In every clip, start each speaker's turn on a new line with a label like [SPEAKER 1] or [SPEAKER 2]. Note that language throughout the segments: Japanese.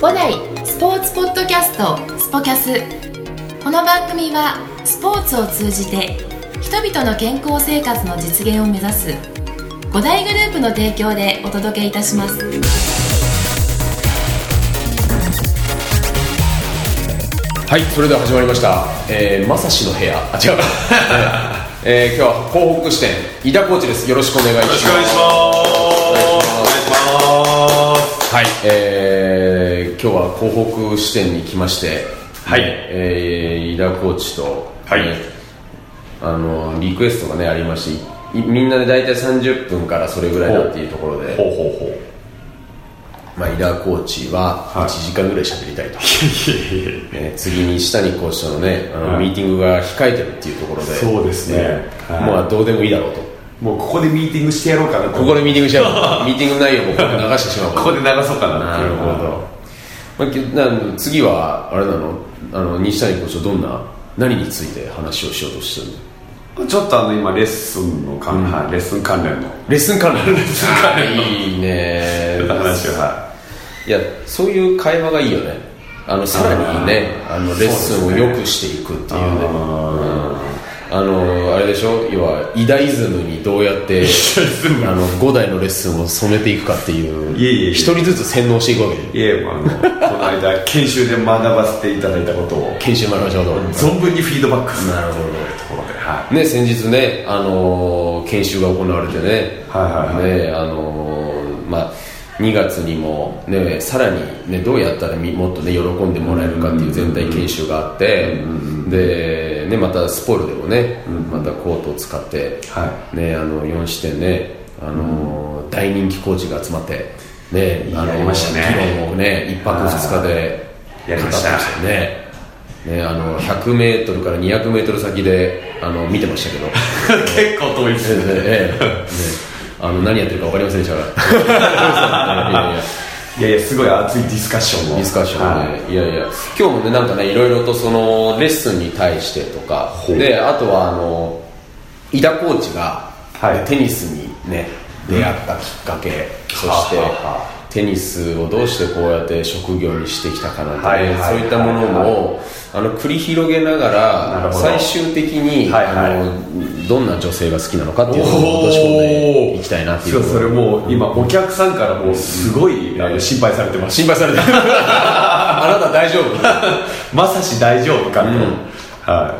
[SPEAKER 1] 五代スポーツポッドキャストスポキャスこの番組はスポーツを通じて人々の健康生活の実現を目指す五大グループの提供でお届けいたします
[SPEAKER 2] はい、それでは始まりました。えー、まさしの部屋、あ、 違う。えー、今日は広北支店、井田コーチです。よろしくお願いし
[SPEAKER 3] よろしくお願いします。お願いします。
[SPEAKER 2] ます。はい、えー、今日は広北支店に来まして。
[SPEAKER 3] はい
[SPEAKER 2] えー、井田コーチと。
[SPEAKER 3] はい
[SPEAKER 2] えーあの、リクエストがね、ありまして、いみんなで大体三十分からそれぐらいだっていうところ
[SPEAKER 3] ほう
[SPEAKER 2] で。
[SPEAKER 3] ほうほう。
[SPEAKER 2] まあ、井田コーチは
[SPEAKER 3] はい
[SPEAKER 2] 一時間ぐらい喋りたいと。
[SPEAKER 3] いえいえいえ
[SPEAKER 2] ね、次に下にこうしたのね、あの
[SPEAKER 3] はい
[SPEAKER 2] ミーティングが控えてるっていうところで、
[SPEAKER 3] そうですねはい
[SPEAKER 2] もうはどうでもいいだろうと、
[SPEAKER 3] もうここでミーティングしてやろうかなと。
[SPEAKER 2] ここでミーティングしちゃう、ミーティング内容もここで流してしまう
[SPEAKER 3] ここで流そうかな
[SPEAKER 2] なるほど、まあき、なん次は、あれなの、あの西谷校長、どんな、何について話をしようとしてるの
[SPEAKER 3] ど。ちょっとあの今レッスンの関連、レッスン関連の
[SPEAKER 2] レッスン関連、レッスン関連、いいね、
[SPEAKER 3] 話をはい
[SPEAKER 2] や、そういう会話がいいよね、あのさらにね、あのレッスンを良くしていくっていうね。あのあれでしょ要はイダイズムにどうや ってあの5代のレッスンを染めていくかっていう
[SPEAKER 3] いえいえいえ
[SPEAKER 2] 一人ずつ洗脳していくわけで
[SPEAKER 3] い。いえ、あのこの間研修で学ばせていただいたことを
[SPEAKER 2] 研修もありましょうと、
[SPEAKER 3] 存分にフィードバックする
[SPEAKER 2] なるほど
[SPEAKER 3] ところで、は
[SPEAKER 2] ね、先日ね、あのー研修が行われてね,、
[SPEAKER 3] はいはい
[SPEAKER 2] ねあのーまあ、2月にも、ね、さらに、ね、どうやったらみもっと、ね、喜んでもらえるかっていう全体研修があって、でね、またスポールでもね、またコートを使って、
[SPEAKER 3] は
[SPEAKER 2] ね、あの4支店ね、あのー大人気コーチが集まって、ねあの
[SPEAKER 3] やりましたね
[SPEAKER 2] 議論をね1泊2日で
[SPEAKER 3] やりました
[SPEAKER 2] 語ってよね。ね、あの 100m から 200m 先であの見てましたけ ど、
[SPEAKER 3] い、結構遠いです
[SPEAKER 2] え
[SPEAKER 3] ね
[SPEAKER 2] えええね、あの何やってるか分かりませんでしたか ら、いやいや
[SPEAKER 3] いやいやすごい熱いディスカッションを
[SPEAKER 2] ディスカッション
[SPEAKER 3] はい
[SPEAKER 2] で、い、やいや今日もねなんかねいろいろとそのレッスンに対してとか
[SPEAKER 3] う
[SPEAKER 2] であとはあの井田コーチが、
[SPEAKER 3] はい
[SPEAKER 2] テニスにね出会ったきっかけ、そして
[SPEAKER 3] はあはあは
[SPEAKER 2] テニスをどうしてこうやって職業にしてきたかなんて、ね
[SPEAKER 3] はいはいはい
[SPEAKER 2] そういったものもあの繰り広げなが
[SPEAKER 3] な
[SPEAKER 2] ら
[SPEAKER 3] るほど
[SPEAKER 2] 最終的に、
[SPEAKER 3] はいは
[SPEAKER 2] あ
[SPEAKER 3] い
[SPEAKER 2] のどんな女性が好きなのかっていうのを落とし込んで
[SPEAKER 3] お
[SPEAKER 2] いきたいなってい
[SPEAKER 3] そううそれもう今お客さんからもうすごいあの心配されてます
[SPEAKER 2] 心配されてる あなた大丈夫
[SPEAKER 3] まさし大丈夫かと、はい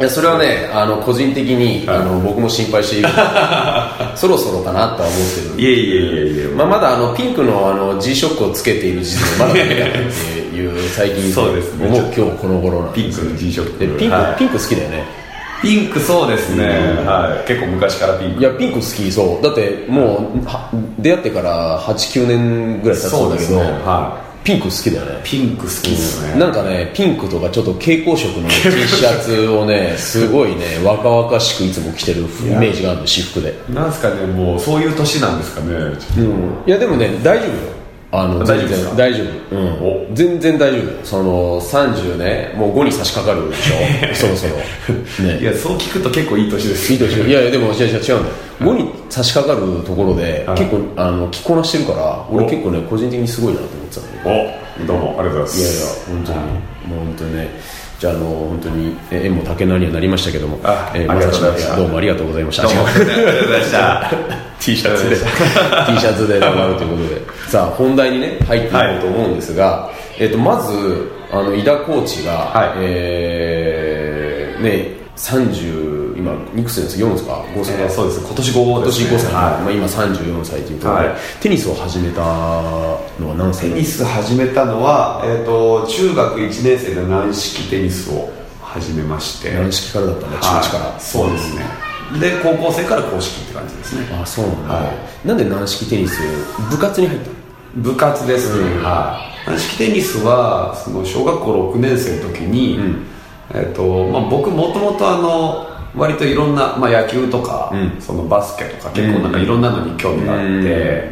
[SPEAKER 2] やそれはねあの個人的に、あの僕も心配 しているそろそろかなとは思ってる
[SPEAKER 3] い、いえいえいえいえ、
[SPEAKER 2] まあ、まだあのピンクのあの G ショックをつけている時点でま だダメだっていう最近
[SPEAKER 3] そうですね
[SPEAKER 2] もう今日この頃なん
[SPEAKER 3] ピ
[SPEAKER 2] で
[SPEAKER 3] ン
[SPEAKER 2] す
[SPEAKER 3] クの G ショッ
[SPEAKER 2] で
[SPEAKER 3] ク
[SPEAKER 2] ピンク、
[SPEAKER 3] はい
[SPEAKER 2] ピンク好きだよね
[SPEAKER 3] ピンクそうですね、はい、結構昔からピンク
[SPEAKER 2] いやピンク好きそうだってもうは出会ってから89年ぐらい経つ
[SPEAKER 3] そ
[SPEAKER 2] ん
[SPEAKER 3] う
[SPEAKER 2] だ
[SPEAKER 3] で
[SPEAKER 2] け
[SPEAKER 3] す
[SPEAKER 2] ど、
[SPEAKER 3] ねは
[SPEAKER 2] ピンク好きだよね
[SPEAKER 3] いピンク好きですね
[SPEAKER 2] なんかねピンクとかちょっと蛍光色 の T シャツをねすごいね若々しくいつも着てるイメージがあるの私服で
[SPEAKER 3] なんすかねもうそういう年なんですかね、
[SPEAKER 2] いやでもね大丈夫よあの
[SPEAKER 3] 大丈
[SPEAKER 2] 全
[SPEAKER 3] 夫です
[SPEAKER 2] 然
[SPEAKER 3] か
[SPEAKER 2] 大丈夫、うん、全然大丈夫よその30ねもう5に差し掛かるでし ょそろそろ ね
[SPEAKER 3] いやそう聞くと結構いい年です
[SPEAKER 2] いい年いやいやでも違う違う違うんだよ5に差し掛かるところで
[SPEAKER 3] はい
[SPEAKER 2] 結構あの着こなしてるから俺
[SPEAKER 3] お
[SPEAKER 2] 結構ね個人的にすごいなと思ってたんだよ
[SPEAKER 3] おどうもありがとうござい
[SPEAKER 2] い
[SPEAKER 3] ま
[SPEAKER 2] やいや
[SPEAKER 3] す
[SPEAKER 2] 本当にもう本当にねじゃああの本当にえ縁も竹菜にはなりましたけども
[SPEAKER 3] あ
[SPEAKER 2] えー
[SPEAKER 3] ありがとうございまし
[SPEAKER 2] 私
[SPEAKER 3] た
[SPEAKER 2] のどうもありがとうございました
[SPEAKER 3] どうもありがとうございました
[SPEAKER 2] T シャツで T シャツで頑張るということでさあ本題にね入っていこうと思うんですが、えっとまずあの井田コーチが、
[SPEAKER 3] はい
[SPEAKER 2] えーね30今いくつですか4ですか5歳
[SPEAKER 3] えーそうです今年5
[SPEAKER 2] 今
[SPEAKER 3] です、
[SPEAKER 2] 年
[SPEAKER 3] ね、
[SPEAKER 2] 5歳、
[SPEAKER 3] はい
[SPEAKER 2] まあ、今34歳ということで、
[SPEAKER 3] はい
[SPEAKER 2] テニスを始めたのは何歳
[SPEAKER 3] テニス始めたのは、えー、と中学1年生で軟式テニスを始めまして
[SPEAKER 2] 軟式からだったんだ中1から、
[SPEAKER 3] はいそうですねで高校生から公式って感じですね
[SPEAKER 2] あそうなんだ、
[SPEAKER 3] は
[SPEAKER 2] なんで軟式テニス部活に入ったの
[SPEAKER 3] 部活ですね、はい軟式テニスはその小学校6年生の時に、
[SPEAKER 2] ん
[SPEAKER 3] えっとまあ、僕もともとあの割といろんな、まあ、野球とか、
[SPEAKER 2] うん
[SPEAKER 3] そのバスケとか結構なんかいろんなのに興味があって、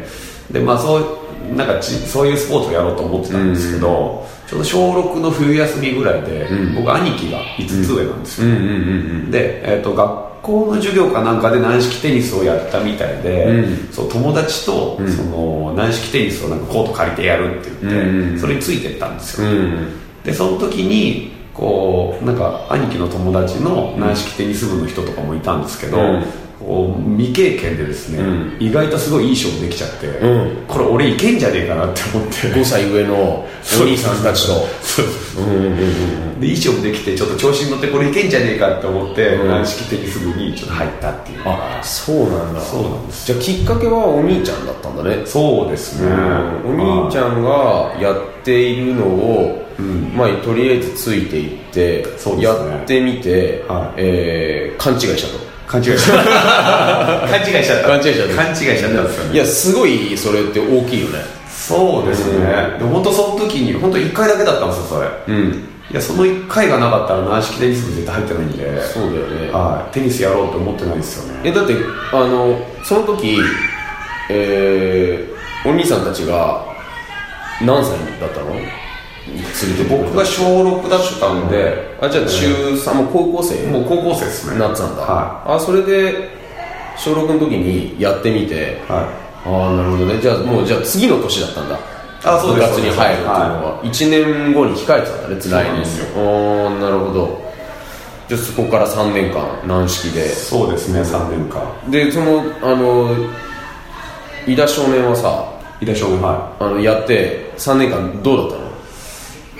[SPEAKER 3] でまあそうなんかちそういうスポーツをやろうと思ってたんですけど、ちょうど小6の冬休みぐらいで、
[SPEAKER 2] うん
[SPEAKER 3] 僕兄貴が5つ上なんですよ、
[SPEAKER 2] うんうんうん
[SPEAKER 3] で、えー、と学校の授業かなんかで軟式テニスをやったみたいで、
[SPEAKER 2] う
[SPEAKER 3] そう友達と、
[SPEAKER 2] ん
[SPEAKER 3] その軟式テニスをなんかコート借りてやるって言って、
[SPEAKER 2] うん
[SPEAKER 3] それについてったんです
[SPEAKER 2] う
[SPEAKER 3] よ、
[SPEAKER 2] んうん
[SPEAKER 3] でその時にこうなんか兄貴の友達の軟式テニス部の人とかもいたんですけど、
[SPEAKER 2] うん
[SPEAKER 3] こう未経験でですね、
[SPEAKER 2] うん
[SPEAKER 3] 意外とすごいいい勝負できちゃって、
[SPEAKER 2] うん
[SPEAKER 3] これ俺いけんじゃねえかなって思って
[SPEAKER 2] 5歳上のお兄さんたちと
[SPEAKER 3] そう
[SPEAKER 2] うんうんうんうん
[SPEAKER 3] でいい勝負できてちょっと調子に乗ってこれいけんじゃねえかって思って
[SPEAKER 2] うん
[SPEAKER 3] 軟式テニス部にちょっと入ったっていう
[SPEAKER 2] あそうなんだ
[SPEAKER 3] そうなんです
[SPEAKER 2] じゃあきっかけはお兄ちゃんだったんだね
[SPEAKER 3] そうですね、
[SPEAKER 2] お兄ち
[SPEAKER 3] ん
[SPEAKER 2] ゃんがやっているのを、
[SPEAKER 3] うん
[SPEAKER 2] まあ、とりあえずついていって、
[SPEAKER 3] そうですね
[SPEAKER 2] やってみて、
[SPEAKER 3] はい
[SPEAKER 2] えー勘違いしたと
[SPEAKER 3] 勘違いしちゃった勘違いしちゃった
[SPEAKER 2] 勘違いしちゃった
[SPEAKER 3] 勘違いしちゃったんですよね
[SPEAKER 2] いやすごいそれって大きいよね
[SPEAKER 3] そうですね、で本当その時に本当1回だけだったんですよそれ
[SPEAKER 2] うん
[SPEAKER 3] いやその1回がなかったら軟式テニス部絶対入ってないんで
[SPEAKER 2] そうだよね
[SPEAKER 3] はい、テニスやろうと思ってないですよね
[SPEAKER 2] えだってあのその時、えーお兄さんたちが何歳だったの連れてってくれた
[SPEAKER 3] 僕が小6だったんで、
[SPEAKER 2] あじゃあ中3、もう高校生
[SPEAKER 3] もう高校生ですね
[SPEAKER 2] なってたんだ、
[SPEAKER 3] は
[SPEAKER 2] あそれで小6の時にやってみて
[SPEAKER 3] い、はい
[SPEAKER 2] ああなるほどねじゃあもうじゃあ次の年だったんだ
[SPEAKER 3] あそうです
[SPEAKER 2] 部活に入るっていうのは、一1年後に控えてたんだねつらい
[SPEAKER 3] そうな
[SPEAKER 2] に
[SPEAKER 3] んです
[SPEAKER 2] あ
[SPEAKER 3] よ
[SPEAKER 2] あなるほどじゃあそこから3年間軟式で
[SPEAKER 3] そうですね3年間
[SPEAKER 2] でそのあの井田少年はさ
[SPEAKER 3] いたしょうは
[SPEAKER 2] あのやって3年間どうだったの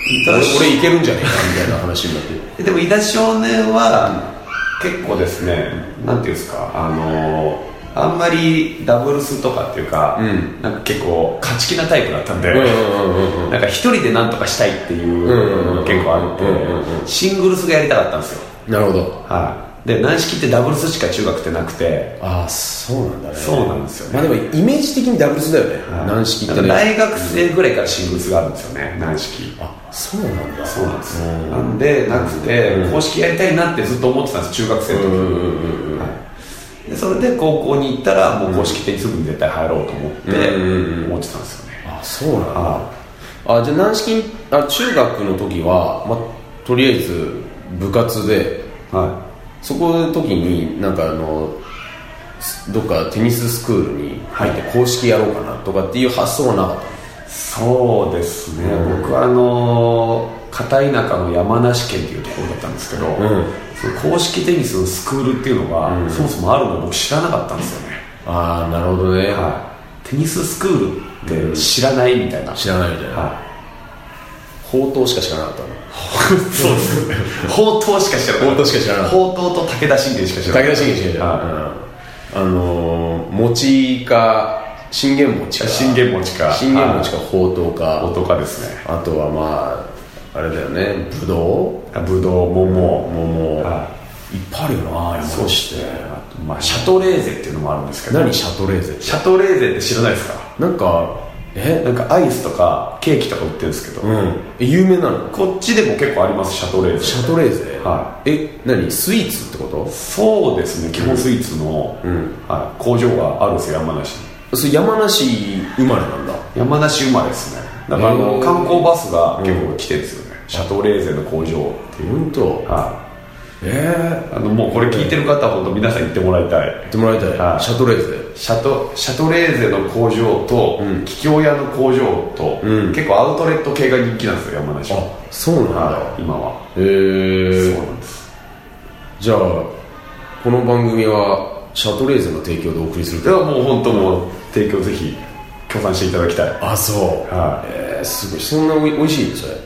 [SPEAKER 3] いい
[SPEAKER 2] 俺
[SPEAKER 3] たし
[SPEAKER 2] 俺いけるんじゃねえかみたいな話になって
[SPEAKER 3] でも伊田少年は結構ですねなんていうんですかあのーあんまりダブルスとかっていうか、
[SPEAKER 2] うん
[SPEAKER 3] なんか結構勝ち気なタイプだったんで、
[SPEAKER 2] うんうんうんうん
[SPEAKER 3] なんか一人でなんとかしたいってい
[SPEAKER 2] うんうんう
[SPEAKER 3] うん結構あって、
[SPEAKER 2] うんうんう
[SPEAKER 3] シングルスがやりたかったんですよ
[SPEAKER 2] なるほど
[SPEAKER 3] はいで軟式ってダブルスしか中学ってなくて
[SPEAKER 2] ああそうなんだね
[SPEAKER 3] そうなんですよね
[SPEAKER 2] まあでもイメージ的にダブルスだよね
[SPEAKER 3] はい
[SPEAKER 2] 軟式って
[SPEAKER 3] なん
[SPEAKER 2] ね
[SPEAKER 3] か大学生ぐらいからシングルスがあるんですよね軟式
[SPEAKER 2] あそうなんだ
[SPEAKER 3] そうなんです
[SPEAKER 2] う
[SPEAKER 3] よ
[SPEAKER 2] ん
[SPEAKER 3] なんでなくて公式やりたいなってずっと思ってたんです中学生の時
[SPEAKER 2] うんうんうんうん
[SPEAKER 3] はいでそれで高校に行ったらもう公式テニス部に絶対入ろうと思って
[SPEAKER 2] うん
[SPEAKER 3] 思ってたんですよね
[SPEAKER 2] あそうなんだ
[SPEAKER 3] あ
[SPEAKER 2] あじゃあ軟式あ中学の時は、まあ、とりあえず部活で
[SPEAKER 3] あは
[SPEAKER 2] そこの時になんかあのすどっかテニススクールに入って
[SPEAKER 3] は
[SPEAKER 2] 公式やろうかなとかっていう発想はなかっ
[SPEAKER 3] いそうですね
[SPEAKER 2] うん
[SPEAKER 3] 僕はあのー片田舎の山梨県っていうところだったんですけど、
[SPEAKER 2] ん
[SPEAKER 3] その公式テニスのスクールっていうのが、
[SPEAKER 2] うん
[SPEAKER 3] そもそもあるの僕知らなかったんですよね、
[SPEAKER 2] たのああなるほどね、
[SPEAKER 3] はい、テニススクールって知らないみたいな、
[SPEAKER 2] 知らないみたいな、
[SPEAKER 3] はい
[SPEAKER 2] ほうとうしか知らなかったの
[SPEAKER 3] そうですね。ほうとうしか知らない。
[SPEAKER 2] ほうとうしか知らない
[SPEAKER 3] ほうとうと武田信玄しか知らない。
[SPEAKER 2] 武田信玄知らない、うん、あのー餅か信玄餅か
[SPEAKER 3] 信玄餅か。
[SPEAKER 2] 信玄餅
[SPEAKER 3] か。
[SPEAKER 2] かほうとうか
[SPEAKER 3] ほうとうかですね。
[SPEAKER 2] あとはまああれだよねぶどう
[SPEAKER 3] ぶどう、桃。
[SPEAKER 2] 桃
[SPEAKER 3] はい
[SPEAKER 2] っぱいあるよな山
[SPEAKER 3] そ
[SPEAKER 2] 梨
[SPEAKER 3] し
[SPEAKER 2] って
[SPEAKER 3] て、あとまあ、シャトレーゼっていうのもあるんですけど。
[SPEAKER 2] 何シャトレーゼ
[SPEAKER 3] シャトレーゼって知らないですか
[SPEAKER 2] なんかえ
[SPEAKER 3] なんかアイスとかケーキとか売ってるんですけど、
[SPEAKER 2] うんえ有名なの
[SPEAKER 3] こっちでも結構あります、シャトレーゼ。
[SPEAKER 2] シャトレーゼ
[SPEAKER 3] は
[SPEAKER 2] え何スイーツってこ
[SPEAKER 3] そうですね、基本スイーツの、
[SPEAKER 2] うん
[SPEAKER 3] はい、工場があるんですよ、山梨に。
[SPEAKER 2] とそれ山梨生まれなんだ
[SPEAKER 3] 山梨生まれですね。だからあ
[SPEAKER 2] へ
[SPEAKER 3] の
[SPEAKER 2] ー
[SPEAKER 3] 観光バスが結構来てるんですよね。シャトレーゼの工場っていう。
[SPEAKER 2] 本当
[SPEAKER 3] はい
[SPEAKER 2] え
[SPEAKER 3] あのもうこれ聞いてる方は本当皆さん行ってもらいた
[SPEAKER 2] え
[SPEAKER 3] い
[SPEAKER 2] ってもらいた
[SPEAKER 3] はいい
[SPEAKER 2] シャトレーゼ
[SPEAKER 3] シャトシャトレーゼの工場と
[SPEAKER 2] うん
[SPEAKER 3] 桔梗、屋の工場と、
[SPEAKER 2] うん
[SPEAKER 3] 結構アウトレット系が人気なんですよ山梨は
[SPEAKER 2] あそうなん
[SPEAKER 3] は
[SPEAKER 2] だ
[SPEAKER 3] い今は、
[SPEAKER 2] へえ
[SPEAKER 3] そうなんです
[SPEAKER 2] じゃあこの番組はシャトレーゼの提供でお送りするけ
[SPEAKER 3] で
[SPEAKER 2] ど
[SPEAKER 3] はもう本当もう提供ぜひ協賛していただきたい
[SPEAKER 2] あそう
[SPEAKER 3] は
[SPEAKER 2] えー、すごいそんなおいおいしいそれ
[SPEAKER 3] い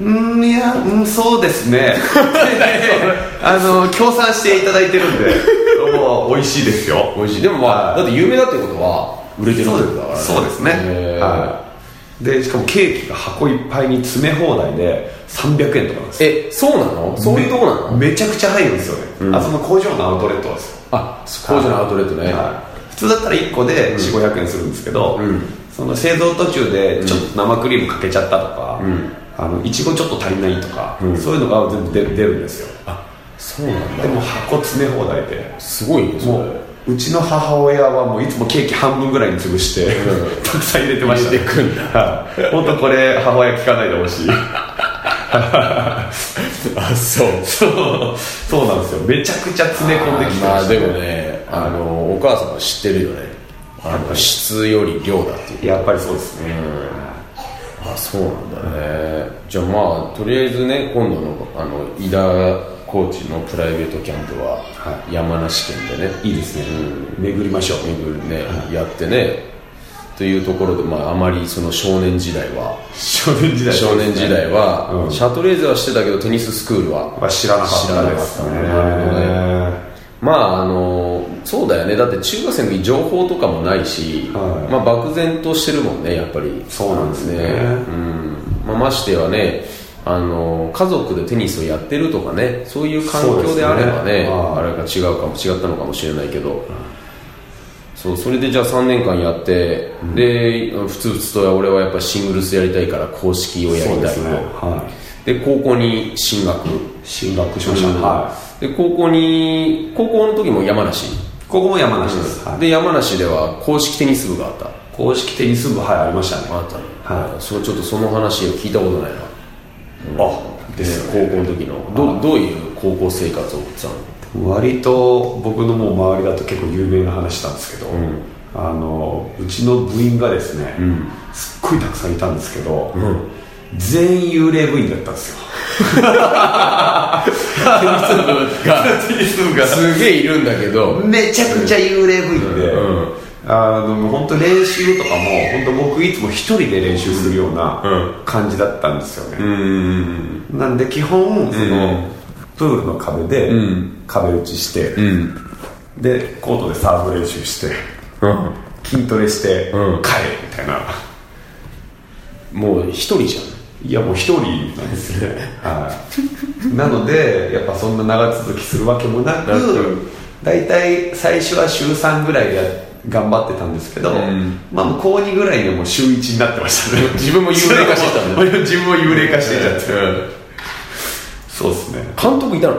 [SPEAKER 3] うんいやうんそうです ねあの協賛していただいてるんでもう美味しいですよ
[SPEAKER 2] 美味しいでもまあ
[SPEAKER 3] はい
[SPEAKER 2] だって有名だってことは売れてるってことだから、
[SPEAKER 3] そうですね、
[SPEAKER 2] へー
[SPEAKER 3] はい、でしかもケーキが箱いっぱいに詰め放題で300円とかなんですよ
[SPEAKER 2] えそうなのそういうとこなの、
[SPEAKER 3] めちゃくちゃ入るんですよね、
[SPEAKER 2] ん
[SPEAKER 3] あその工場のアウトレットはですよ、
[SPEAKER 2] あ工場のアウトレットね、
[SPEAKER 3] はい、普通だったら1個で4500円するんですけど、
[SPEAKER 2] うん
[SPEAKER 3] その製造途中でちょっと生クリームかけちゃったとか、
[SPEAKER 2] ん
[SPEAKER 3] あのいちごちょっと足りないとか、
[SPEAKER 2] うん
[SPEAKER 3] そういうのが全部出出るんですよ
[SPEAKER 2] あそうなんだ
[SPEAKER 3] でも箱詰め放題です
[SPEAKER 2] ごいねそ
[SPEAKER 3] も
[SPEAKER 2] れ
[SPEAKER 3] ううちの母親はもういつもケーキ半分ぐらいに潰して、たくさん入れてました、ね、
[SPEAKER 2] 入れてくんだ
[SPEAKER 3] はい本当これ母親聞かないでほしい
[SPEAKER 2] あそう
[SPEAKER 3] そうそうなんですよめちゃくちゃ詰め込んできて
[SPEAKER 2] ま
[SPEAKER 3] ま
[SPEAKER 2] あ
[SPEAKER 3] した
[SPEAKER 2] でもねあのお母さんは知ってるよねあの質より量だっていう
[SPEAKER 3] やっぱりそうですね、
[SPEAKER 2] あそうなんだねじゃあまあとりあえずね今度のあの井田コーチのプライベートキャンプは
[SPEAKER 3] は
[SPEAKER 2] 山梨県でね、
[SPEAKER 3] いいですね、巡りましょう
[SPEAKER 2] 巡るね、やってねというところで、まあ、あまりその少年時代は
[SPEAKER 3] 少年時代
[SPEAKER 2] 少年時代は、
[SPEAKER 3] うん
[SPEAKER 2] シャトレーゼはしてたけどテニススクールは
[SPEAKER 3] は知らなかったですね
[SPEAKER 2] 知らなかったなまああのそうだよねだって中学生の時情報とかもないし、
[SPEAKER 3] はい
[SPEAKER 2] まあ、漠然としてるもんねやっぱり
[SPEAKER 3] そうなんですね
[SPEAKER 2] うんまあ、ましてはねあの家族でテニスをやってるとかねそういう環境であれば
[SPEAKER 3] そうで
[SPEAKER 2] ね
[SPEAKER 3] すねはい
[SPEAKER 2] あれが違うかも違ったのかもしれないけど、そうそれでじゃあ3年間やって、で普通普通と俺はやっぱシングルスやりたいから公式をや
[SPEAKER 3] そう
[SPEAKER 2] り
[SPEAKER 3] で
[SPEAKER 2] たい
[SPEAKER 3] す
[SPEAKER 2] と
[SPEAKER 3] ねは
[SPEAKER 2] で
[SPEAKER 3] い
[SPEAKER 2] 高校に進学
[SPEAKER 3] 進学しました、は
[SPEAKER 2] で高校に高校の時も山梨
[SPEAKER 3] いここも山梨です、はい
[SPEAKER 2] で山梨では公式テニス部があった
[SPEAKER 3] 公式テニス部はいありましたね
[SPEAKER 2] あったね、
[SPEAKER 3] は
[SPEAKER 2] そうちょっとその話を聞いたことないな
[SPEAKER 3] あですよね
[SPEAKER 2] ね高校の時のどどういう高校生活を送 ってたの
[SPEAKER 3] 割と僕のもう周りだと結構有名な話なんですけど、
[SPEAKER 2] ん
[SPEAKER 3] あのうちの部員がですね、
[SPEAKER 2] ん
[SPEAKER 3] すっごいたくさんいたんですけど、
[SPEAKER 2] ん
[SPEAKER 3] 全員幽霊部員だったんです よテニス部が
[SPEAKER 2] すげえいるんだけど
[SPEAKER 3] めちゃくちゃ幽霊部員で、
[SPEAKER 2] うん
[SPEAKER 3] あの本当練習とかも本当僕いつも一人で練習するよう
[SPEAKER 2] うん
[SPEAKER 3] な感じだったんですよね、
[SPEAKER 2] うん
[SPEAKER 3] なんで基本その、プールの壁で
[SPEAKER 2] うん
[SPEAKER 3] 壁打ちして、
[SPEAKER 2] うん
[SPEAKER 3] でコートでサーブ練習して
[SPEAKER 2] うん
[SPEAKER 3] 筋トレして、
[SPEAKER 2] うん
[SPEAKER 3] 帰るみたいな
[SPEAKER 2] もう一人じゃん
[SPEAKER 3] いやもう一人なんですねはいなのでやっぱそんな長続きするわけもな
[SPEAKER 2] な
[SPEAKER 3] く
[SPEAKER 2] く
[SPEAKER 3] 大体最初は週3ぐらいでや頑張ってたんですけど、
[SPEAKER 2] ん
[SPEAKER 3] まあもう高2ぐらいでもう週1になってましたね
[SPEAKER 2] 自分も幽霊化してたんだ
[SPEAKER 3] 自分も幽霊化していっちゃって、そうですね
[SPEAKER 2] 監督いたの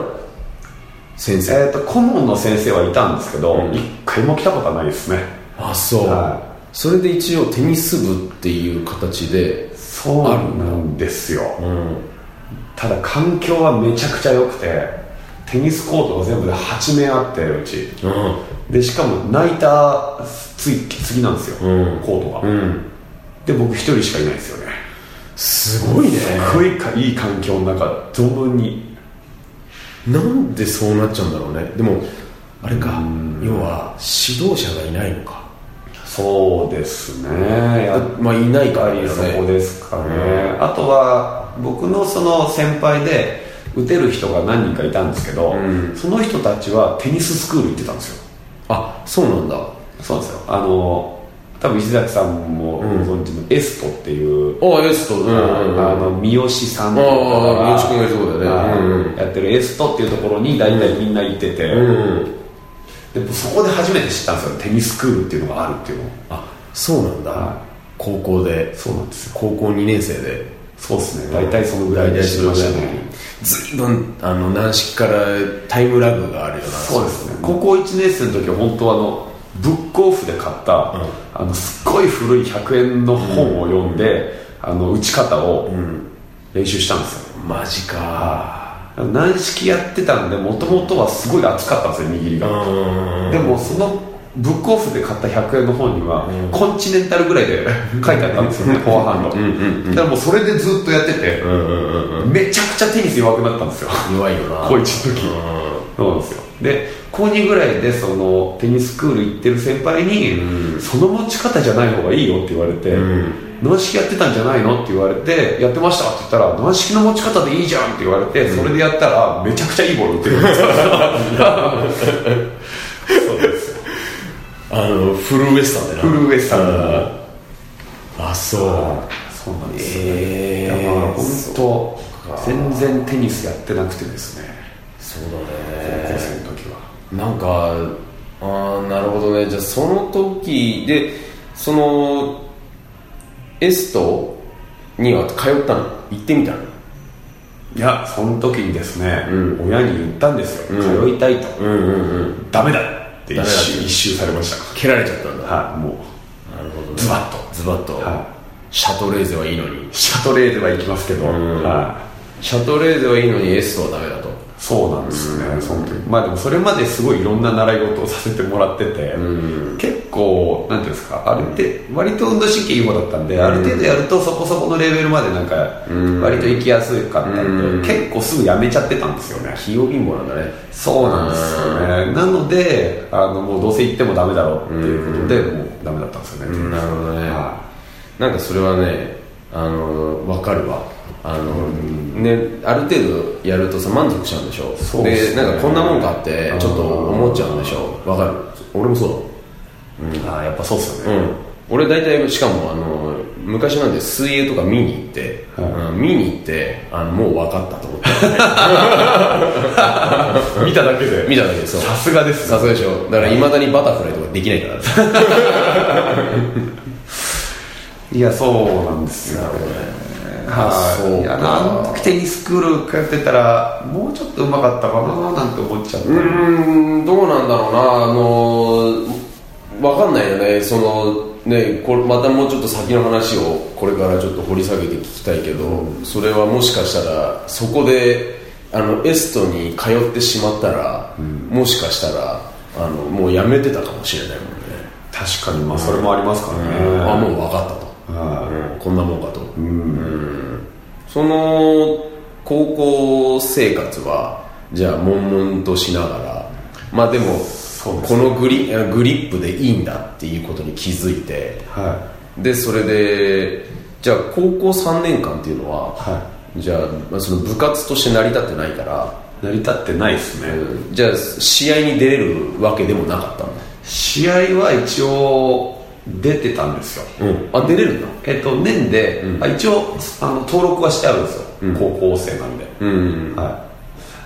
[SPEAKER 2] 先生
[SPEAKER 3] えー、と顧問の先生はいたんですけど
[SPEAKER 2] うん
[SPEAKER 3] 一、回も来たことはないですね
[SPEAKER 2] あそう、
[SPEAKER 3] は
[SPEAKER 2] それで一応テニス部っていう形で
[SPEAKER 3] そうなんですよ、ただ環境はめちゃくちゃ良くてテニスコートが全部で8面あってうち
[SPEAKER 2] うん
[SPEAKER 3] でしかもナイター次次なんですよ、
[SPEAKER 2] うん
[SPEAKER 3] コートが、
[SPEAKER 2] うん
[SPEAKER 3] で僕一人しかいないですよね
[SPEAKER 2] すごいね
[SPEAKER 3] すごいかいい環境の中存分に
[SPEAKER 2] なんでそうなっちゃうんだろうねでもあれか要は指導者がいないのか
[SPEAKER 3] そうですねやっ
[SPEAKER 2] まあいないか
[SPEAKER 3] ぱ
[SPEAKER 2] ら
[SPEAKER 3] りそこ
[SPEAKER 2] ね
[SPEAKER 3] ですかね、あとは僕のその先輩で打てる人が何人かいたんですけど、
[SPEAKER 2] ん
[SPEAKER 3] その人たちはテニススクール行ってたんですよ
[SPEAKER 2] あそうなんだ
[SPEAKER 3] そうなんですよあの多分石崎さんもご存知のエストっていう、
[SPEAKER 2] あエストうんうん
[SPEAKER 3] あ
[SPEAKER 2] うん
[SPEAKER 3] の三好さんって
[SPEAKER 2] あ
[SPEAKER 3] いう
[SPEAKER 2] あ三好
[SPEAKER 3] 方
[SPEAKER 2] 君がいるとこだよね
[SPEAKER 3] あの
[SPEAKER 2] うんうん
[SPEAKER 3] やってるエストっていうところに大体みんな行ってて、
[SPEAKER 2] うんうん
[SPEAKER 3] でそこで初めて知ったんですよテニススクールっていうのがあるっていうのを
[SPEAKER 2] あそうなんだ
[SPEAKER 3] は
[SPEAKER 2] 高校で
[SPEAKER 3] そうなんですよ
[SPEAKER 2] 高校2年生で
[SPEAKER 3] そうですね大体そのぐらいで知りましたね
[SPEAKER 2] ずいぶんあの軟式からタイムラグがあるよな
[SPEAKER 3] そうですね高校1年生の時は本当あのブックオフで買った、あのすっごい古い100円の本を読んで、あの打ち方を練習したんですよ、
[SPEAKER 2] マジか
[SPEAKER 3] 軟式やってたんでもともとはすごい熱かったんですよ握り
[SPEAKER 2] う
[SPEAKER 3] が、
[SPEAKER 2] ん
[SPEAKER 3] でもそのブックオフで買った100円の本には、コンチネンタルぐらいで書いてあったんですよねフォアハンド、だからもうそれでずっとやってて、めちゃくちゃテニス弱くなったんですよ
[SPEAKER 2] 弱いよな
[SPEAKER 3] 高1の時そうなんですよで高2ぐらいでそのテニススクール行ってる先輩に、その持ち方じゃない方がいいよって言われて、軟式やってたんじゃないのって言われてやってましたって言ったら軟式の持ち方でいいじゃんって言われて、それでやったらめちゃくちゃいいボール打ってるんです よそうですよ
[SPEAKER 2] あのフルウエスタンで
[SPEAKER 3] フ
[SPEAKER 2] な
[SPEAKER 3] ルウエスタン
[SPEAKER 2] あそう
[SPEAKER 3] そうなんですよ、
[SPEAKER 2] え
[SPEAKER 3] だから本
[SPEAKER 2] ー
[SPEAKER 3] 当全然テニスやってなくてですね
[SPEAKER 2] そうだね
[SPEAKER 3] 高校生の時は
[SPEAKER 2] なんかあーなるほどねじゃあその時でそのエストには通ったの行ってみたの
[SPEAKER 3] いやその時にですね、
[SPEAKER 2] う
[SPEAKER 3] 親に言ったんですよ、通いたいと、
[SPEAKER 2] うんうんうん
[SPEAKER 3] ダメだって
[SPEAKER 2] ダメだ
[SPEAKER 3] 一
[SPEAKER 2] った
[SPEAKER 3] 周一周されまし
[SPEAKER 2] 蹴られちゃったんだ
[SPEAKER 3] たはいも
[SPEAKER 2] なるほど、ね、
[SPEAKER 3] うズバッと
[SPEAKER 2] ズバッと、
[SPEAKER 3] は
[SPEAKER 2] シャトレーゼはいいのに
[SPEAKER 3] シャトレーゼは行きますけど、
[SPEAKER 2] ん
[SPEAKER 3] は
[SPEAKER 2] シャトレーゼはいいのにエストはダメだと
[SPEAKER 3] い、そうなんですね、その時まあでもそれまですごいいろんな習い事をさせてもらってて、結構なんていうんですかある程度割と運動神経いい方だったんで、ある程度やるとそこそこのレベルまでなんか割と行きやすかったんで、
[SPEAKER 2] うん
[SPEAKER 3] 結構すぐやめちゃってたんですよね、
[SPEAKER 2] 器用貧乏なんだね
[SPEAKER 3] そうなんですよねなのであのもうどうせ行ってもダメだろうっていうことでもうダメだったんですよね、
[SPEAKER 2] なるほどね
[SPEAKER 3] は
[SPEAKER 2] なんかそれはねあの分かるわあの、ね、ある程度やるとさ満足しちゃうんでしょ
[SPEAKER 3] そうっすね
[SPEAKER 2] なんかこんなもんかってちょっと思っちゃうんでしょ分かる俺もそうだもん
[SPEAKER 3] いあーやっぱそうっすよ
[SPEAKER 2] う
[SPEAKER 3] ね、
[SPEAKER 2] ん、俺大体しかもあの昔なんで水泳とか見に行って、うん見に行ってあのもう分かったと思って
[SPEAKER 3] 見ただけで
[SPEAKER 2] 見ただけでそう
[SPEAKER 3] さすがです
[SPEAKER 2] さすがでしょだからいまだにバタフライとかできないから
[SPEAKER 3] いやそうなんですよね
[SPEAKER 2] あそうか
[SPEAKER 3] はいいやあの時テニスクール通ってたらもうちょっとうまかったかななんて思っちゃって、
[SPEAKER 2] うんどうなんだろうなあの分かんないよねそのねこれまたもうちょっと先の話をこれからちょっと掘り下げて聞きたいけど、それはもしかしたらそこであのエストに通ってしまったら、もしかしたらあのもうやめてたかもしれないもんね
[SPEAKER 3] 確かにまあそれもありますからね、
[SPEAKER 2] あもう分かったと、
[SPEAKER 3] は
[SPEAKER 2] うんこんなもんかと、うんその高校生活はじゃあ悶々としながらまあでも
[SPEAKER 3] うです
[SPEAKER 2] このグリグリップでいいんだっていうことに気づいて
[SPEAKER 3] いは
[SPEAKER 2] でそれでじゃあ高校3年間っていうのは、
[SPEAKER 3] は
[SPEAKER 2] じゃあまあその部活として成り立ってないから、
[SPEAKER 3] い成り立ってないですね、
[SPEAKER 2] じゃあ試合に出れるわけでもなかったんだ
[SPEAKER 3] 試合は一応出てたんですよ
[SPEAKER 2] うんあ出れるんだ
[SPEAKER 3] えっと、年で、あ一応あの登録はしてあるんですよ、高校生なんで、
[SPEAKER 2] うん
[SPEAKER 3] は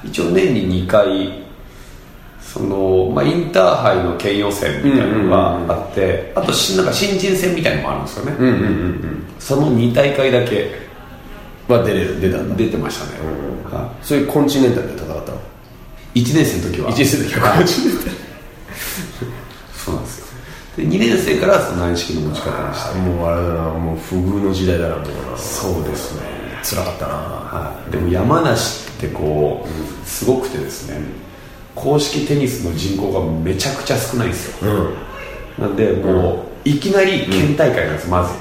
[SPEAKER 3] い、一応年に2回その、まあ、インターハイの県予選みたいなのがあって、あとしなんか新人戦みたいなのもあるんですよね、
[SPEAKER 2] うんうんうん
[SPEAKER 3] その2大会だけ
[SPEAKER 2] は出れる出たんだ
[SPEAKER 3] 出てましたね、は
[SPEAKER 2] そういうコンチネンタルで戦ったの
[SPEAKER 3] い、1年生の時は
[SPEAKER 2] 1年生の時はコンチネンタル
[SPEAKER 3] そうなんですよで2年生からその軟式の持ち方でした
[SPEAKER 2] もうあれだなもう不遇の時代だなと思うな
[SPEAKER 3] そうですね
[SPEAKER 2] 辛かったな
[SPEAKER 3] はい、でも山梨ってこうすごくてですね公式テニスの人口がめちゃくちゃ少ないんですよ、なんでもういきなり県大会なんです、まず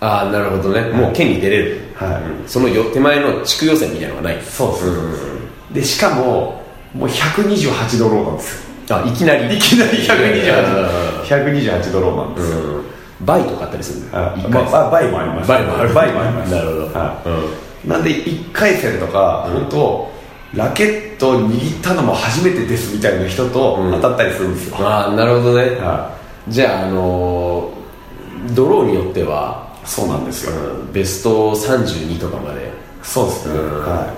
[SPEAKER 2] ああなるほどねもう県に出れる
[SPEAKER 3] はい、
[SPEAKER 2] そのよ手前の地区予選みたいなのがない
[SPEAKER 3] そうそうそうでしかももう128ドローなんですよ
[SPEAKER 2] あいきなり
[SPEAKER 3] いきなり
[SPEAKER 2] う
[SPEAKER 3] 128 128ドローなんですよ、
[SPEAKER 2] バイとかあったりするんだ
[SPEAKER 3] はい
[SPEAKER 2] 一
[SPEAKER 3] ま
[SPEAKER 2] 回
[SPEAKER 3] あば倍もあります
[SPEAKER 2] 倍もある
[SPEAKER 3] 倍もあります
[SPEAKER 2] なるほど
[SPEAKER 3] はい
[SPEAKER 2] うん
[SPEAKER 3] なんで1回戦とか、本当ラケット握ったのも初めてですみたいな人と
[SPEAKER 2] ん
[SPEAKER 3] 当たったりするんですよ、
[SPEAKER 2] ああなるほどね
[SPEAKER 3] は
[SPEAKER 2] じゃああのードローによっては
[SPEAKER 3] そうなんですよ、
[SPEAKER 2] うんベスト32とかまで
[SPEAKER 3] そうですね、
[SPEAKER 2] うん
[SPEAKER 3] は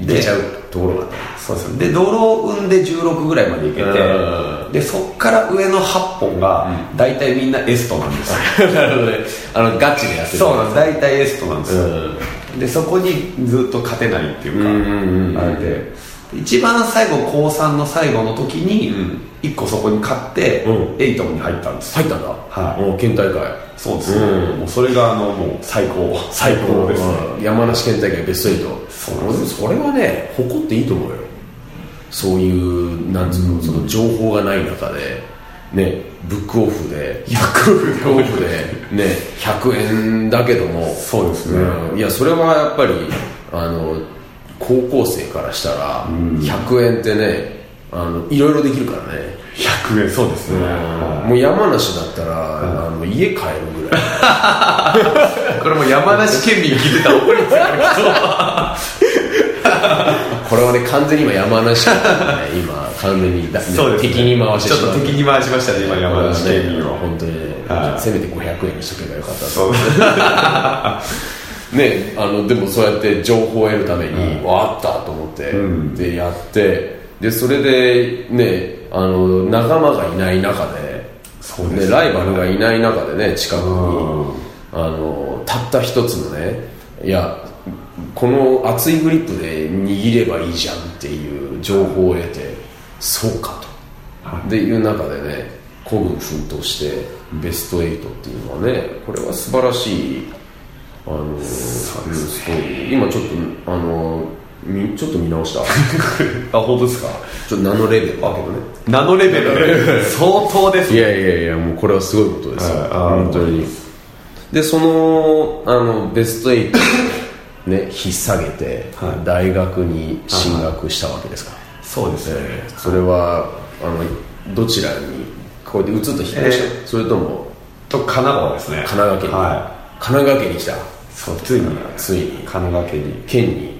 [SPEAKER 3] い
[SPEAKER 2] い
[SPEAKER 3] で
[SPEAKER 2] けちゃうところがあった
[SPEAKER 3] そうですねでドロー運で16ぐらいまでいけて、
[SPEAKER 2] う
[SPEAKER 3] でそっから上の8本が大体みんなエストなんです よ、
[SPEAKER 2] なるほどねあのガチでやってる
[SPEAKER 3] そうなんです大体エストなんですよ、
[SPEAKER 2] うん
[SPEAKER 3] でそこにずっと勝てないっていうか、
[SPEAKER 2] うんうんうん
[SPEAKER 3] あれで一番最後高3の最後の時に1個そこに勝って、
[SPEAKER 2] う
[SPEAKER 3] エイトに入ったんですよ
[SPEAKER 2] 入ったんだ
[SPEAKER 3] はい
[SPEAKER 2] もう県大会
[SPEAKER 3] そうですね、
[SPEAKER 2] うん
[SPEAKER 3] もうそれがあのもう最高最高ですね、
[SPEAKER 2] うん山梨県大会ベスト8
[SPEAKER 3] そう
[SPEAKER 2] 俺もそれはね誇っていいと思うよそういうなんつうの,、その情報がない中でねブックオフでブックオフでね100円だけども
[SPEAKER 3] そうですね
[SPEAKER 2] んいやそれはやっぱりあの高校生からしたら100円ってねあのいろいろできるからね
[SPEAKER 3] 100円そうですね、はい
[SPEAKER 2] もう山梨だったらあの家帰るぐらい
[SPEAKER 3] これも山梨県民聞いてたら怒りますよ
[SPEAKER 2] これはね完全に今山梨県だ ね今完全にだ、ね
[SPEAKER 3] そうですね
[SPEAKER 2] 敵に回してしま
[SPEAKER 3] ちょっと敵に回しましたね今山梨県民
[SPEAKER 2] は
[SPEAKER 3] を
[SPEAKER 2] 本当にね、
[SPEAKER 3] はい
[SPEAKER 2] せめて500円にしとけばよかった
[SPEAKER 3] そう
[SPEAKER 2] とねあのでもそうやって情報を得るために、わあったと思って、
[SPEAKER 3] ん
[SPEAKER 2] でやってでそれでねあの仲間がいない中で
[SPEAKER 3] そうですね
[SPEAKER 2] ライバルがいない中でね近くに、
[SPEAKER 3] うん
[SPEAKER 2] あのたった一つのねいやこの熱いグリップで握ればいいじゃんっていう情報を得てそうかと
[SPEAKER 3] はい
[SPEAKER 2] でいう中でね孤軍奮闘してベスト8っていうのはねこれは素晴らしいあの
[SPEAKER 3] そうですね
[SPEAKER 2] ストーリー今ちょっとあのみちょっと見直した
[SPEAKER 3] あ本当ですか
[SPEAKER 2] ちょっと名のレベルだけどね
[SPEAKER 3] ナノレベルで相当です
[SPEAKER 2] い
[SPEAKER 3] ね
[SPEAKER 2] やいやいやもうこれはすごいことですよ
[SPEAKER 3] はいあ
[SPEAKER 2] 本当にでそのあのベスト8ね 引っ提げて、
[SPEAKER 3] はい
[SPEAKER 2] 大学に進学したわけですから、
[SPEAKER 3] そうですね、
[SPEAKER 2] それはあのどちらにこれで移った引っ越した、
[SPEAKER 3] え
[SPEAKER 2] それとも
[SPEAKER 3] と神奈川ですね
[SPEAKER 2] 神奈川県に、
[SPEAKER 3] は
[SPEAKER 2] 神奈川県に来た
[SPEAKER 3] いそうついに
[SPEAKER 2] ついに
[SPEAKER 3] 神奈川県に
[SPEAKER 2] 県に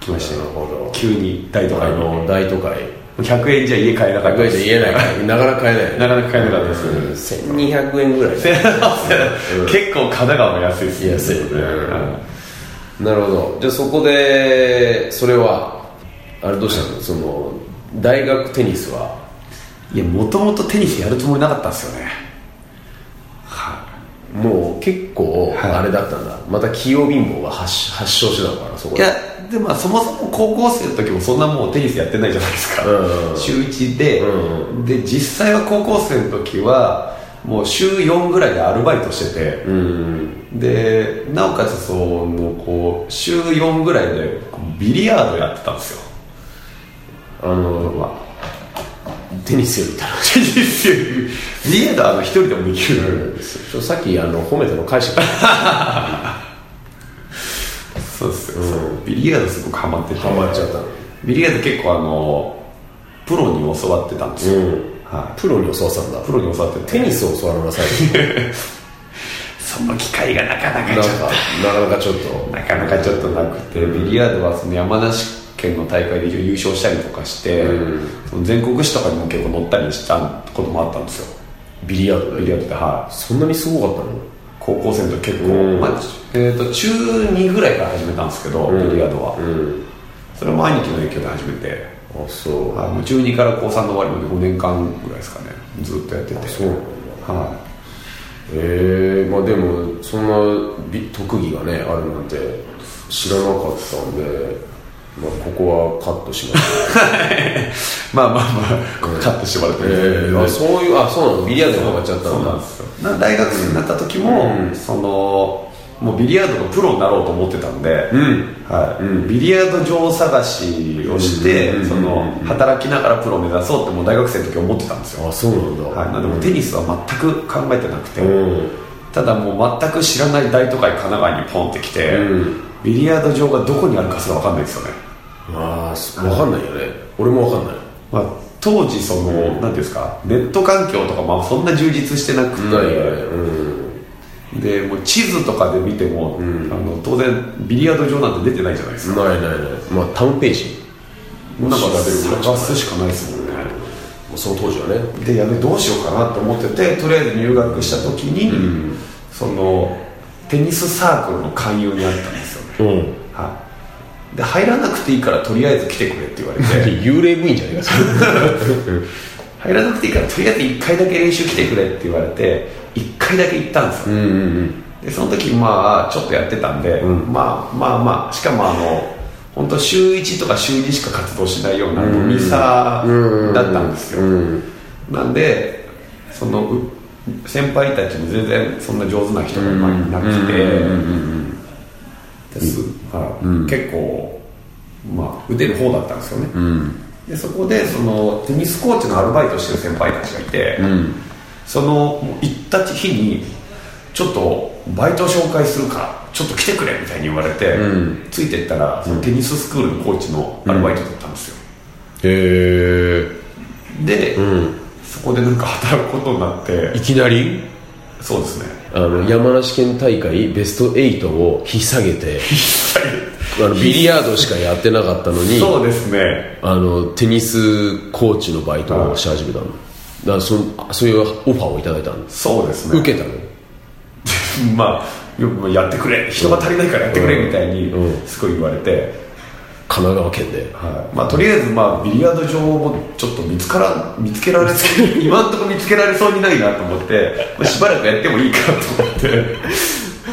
[SPEAKER 3] 来まし
[SPEAKER 2] な
[SPEAKER 3] た
[SPEAKER 2] る
[SPEAKER 3] よ
[SPEAKER 2] ほど
[SPEAKER 3] 急に大都
[SPEAKER 2] あ
[SPEAKER 3] 会の
[SPEAKER 2] の大都会
[SPEAKER 3] 100円じゃ家買えなかった
[SPEAKER 2] 100円
[SPEAKER 3] です
[SPEAKER 2] じゃ言えないからなかなか買えない
[SPEAKER 3] なかなか買えなかったですね
[SPEAKER 2] うん1200円ぐらいだね
[SPEAKER 3] 結構神奈川も安いですね
[SPEAKER 2] 安いよね
[SPEAKER 3] うん
[SPEAKER 2] なるほどじゃあそこでそれはあれどうしたの、その大学テニスはい
[SPEAKER 3] やもともとテニスやるつもりなかったんですよねは
[SPEAKER 2] もう結構
[SPEAKER 3] はい
[SPEAKER 2] あれだったんだ、また器用貧乏が発し発症してたのかなそこ
[SPEAKER 3] いい
[SPEAKER 2] で
[SPEAKER 3] やでまあそもそも高校生の時もそんなもうテニスやってないじゃないですか、
[SPEAKER 2] うんうん
[SPEAKER 3] 週1で、
[SPEAKER 2] う
[SPEAKER 3] で実際は高校生の時はもう週4ぐらいでアルバイトしてて、
[SPEAKER 2] うん
[SPEAKER 3] でなおかつそのこう週4ぐらいでこうビリヤードやってたんですよ
[SPEAKER 2] あの
[SPEAKER 3] まあ
[SPEAKER 2] テニスより楽し
[SPEAKER 3] テニスよりビリヤードはあの一人でもできる
[SPEAKER 2] いちょさっきあの褒めたの返してくれ
[SPEAKER 3] そうですよ、そうビリヤードすごくハマってて
[SPEAKER 2] ハマっちゃったの
[SPEAKER 3] ビリヤード結構あのプロに教わってたんですよ、
[SPEAKER 2] うん
[SPEAKER 3] は
[SPEAKER 2] プロに教わってたんだ
[SPEAKER 3] い、プロに教わってて
[SPEAKER 2] テニスを教わらなさ い
[SPEAKER 3] その機会がなかなか
[SPEAKER 2] なん
[SPEAKER 3] ちょ
[SPEAKER 2] か
[SPEAKER 3] っ
[SPEAKER 2] なかなかちょっ
[SPEAKER 3] と
[SPEAKER 2] と
[SPEAKER 3] なかなかちょっとなくてビリヤードはその山梨県の大会で一応優勝したりとかして、
[SPEAKER 2] う
[SPEAKER 3] その全国紙とかにも結構乗ったりしたこともあったんですよ
[SPEAKER 2] ビリヤード
[SPEAKER 3] ビリヤードってはい
[SPEAKER 2] そんなにすごかったの
[SPEAKER 3] 高校生の時結構、
[SPEAKER 2] うん
[SPEAKER 3] まあえー、と中2ぐらいから始めたんですけど、
[SPEAKER 2] うん
[SPEAKER 3] ビリヤードは、
[SPEAKER 2] うん
[SPEAKER 3] それも兄貴の影響で始めて、
[SPEAKER 2] あそう
[SPEAKER 3] はいもう中2から高3の終わりまで5年間ぐらいですかねずっとやってて
[SPEAKER 2] そうなんだ
[SPEAKER 3] は
[SPEAKER 2] ええまあでもそんなび特技がねあるなんて知らなかったんで、まあ、ここはカットしました
[SPEAKER 3] い、まあまあまあ、カットしてもらって、
[SPEAKER 2] えーあそういうあそうなのビリヤードにハマっちゃった
[SPEAKER 3] そうん
[SPEAKER 2] だ
[SPEAKER 3] なんですよな大学生になった時も、
[SPEAKER 2] うん
[SPEAKER 3] そのもうビリヤードのプロになろうと思ってたんで、
[SPEAKER 2] うん
[SPEAKER 3] はい
[SPEAKER 2] うん
[SPEAKER 3] ビリヤード場探しをして、
[SPEAKER 2] うん
[SPEAKER 3] その働きながらプロ目指そうってもう大学生の時思ってたんですよ、
[SPEAKER 2] あそうなんだ、
[SPEAKER 3] はい、なんでもうテニスは全く考えてなくて、
[SPEAKER 2] うん
[SPEAKER 3] ただもう全く知らない大都会神奈川にポンって来て、
[SPEAKER 2] うん
[SPEAKER 3] ビリヤード場がどこにあるかすら分かんないですよね、
[SPEAKER 2] ああそわかんないよね俺もわかんない
[SPEAKER 3] まあ、当時その何、なん、ていうんですかネット環境とかまあそんな充実してなくて
[SPEAKER 2] ないよねうん
[SPEAKER 3] でもう地図とかで見ても、あの当然ビリヤード場なんて出てないじゃないですか、
[SPEAKER 2] ないないないまあタウンページ
[SPEAKER 3] なんか
[SPEAKER 2] 調べるぐらいしかない
[SPEAKER 3] 探すしかないですもんね
[SPEAKER 2] もうその当時はね
[SPEAKER 3] でやべどうしようかなと思っててとりあえず入学した時に、そのテニスサークルの勧誘にあったんですよね
[SPEAKER 2] うん
[SPEAKER 3] はい、で入らなくていいからとりあえず来てくれって言われて
[SPEAKER 2] 幽霊部員じゃねえかそれ
[SPEAKER 3] 入らなくていいからとりあえず1回だけ練習来てくれって言われて1回だけ行ったんです
[SPEAKER 2] う
[SPEAKER 3] よ、
[SPEAKER 2] んうんうん
[SPEAKER 3] でその時まあちょっとやってたんで、
[SPEAKER 2] ん
[SPEAKER 3] まあまあまあしかもあの本当週1とか週2しか活動しないようなミサだったんですよ、
[SPEAKER 2] うん
[SPEAKER 3] なんでそのう先輩たちも全然そんな上手な人がまあいなくてですはい結構、まあ、打てる方だったんですよね、でそこでそのテニスコーチのアルバイトしてる先輩たちがいて、そのもう行った日にちょっとバイト紹介するからちょっと来てくれみたいに言われて、
[SPEAKER 2] う
[SPEAKER 3] ついてったらそのテニススクールのコーチのアルバイトだったんですよ、
[SPEAKER 2] へえ
[SPEAKER 3] で、
[SPEAKER 2] ん
[SPEAKER 3] そこでなんか働くことになって
[SPEAKER 2] いきなり
[SPEAKER 3] そうですね
[SPEAKER 2] あの山梨県大会ベスト8を引っ提げてあのビリヤードしかやってなかったのに
[SPEAKER 3] そうですね
[SPEAKER 2] あのテニスコーチのバイトをし始めたの、だからそのそういうオファーをいただいたの
[SPEAKER 3] そうですね
[SPEAKER 2] 受けたの
[SPEAKER 3] まあよくやってくれ人が足りないからやってくれみたいに
[SPEAKER 2] う
[SPEAKER 3] すごい言われて、
[SPEAKER 2] 神奈川県で
[SPEAKER 3] はいまあ、とりあえず、まあ、ビリヤード場もちょっと見つから見つけら れそう今のところ見つけられそうにないなと思って、まあしばらくやってもいいか と思って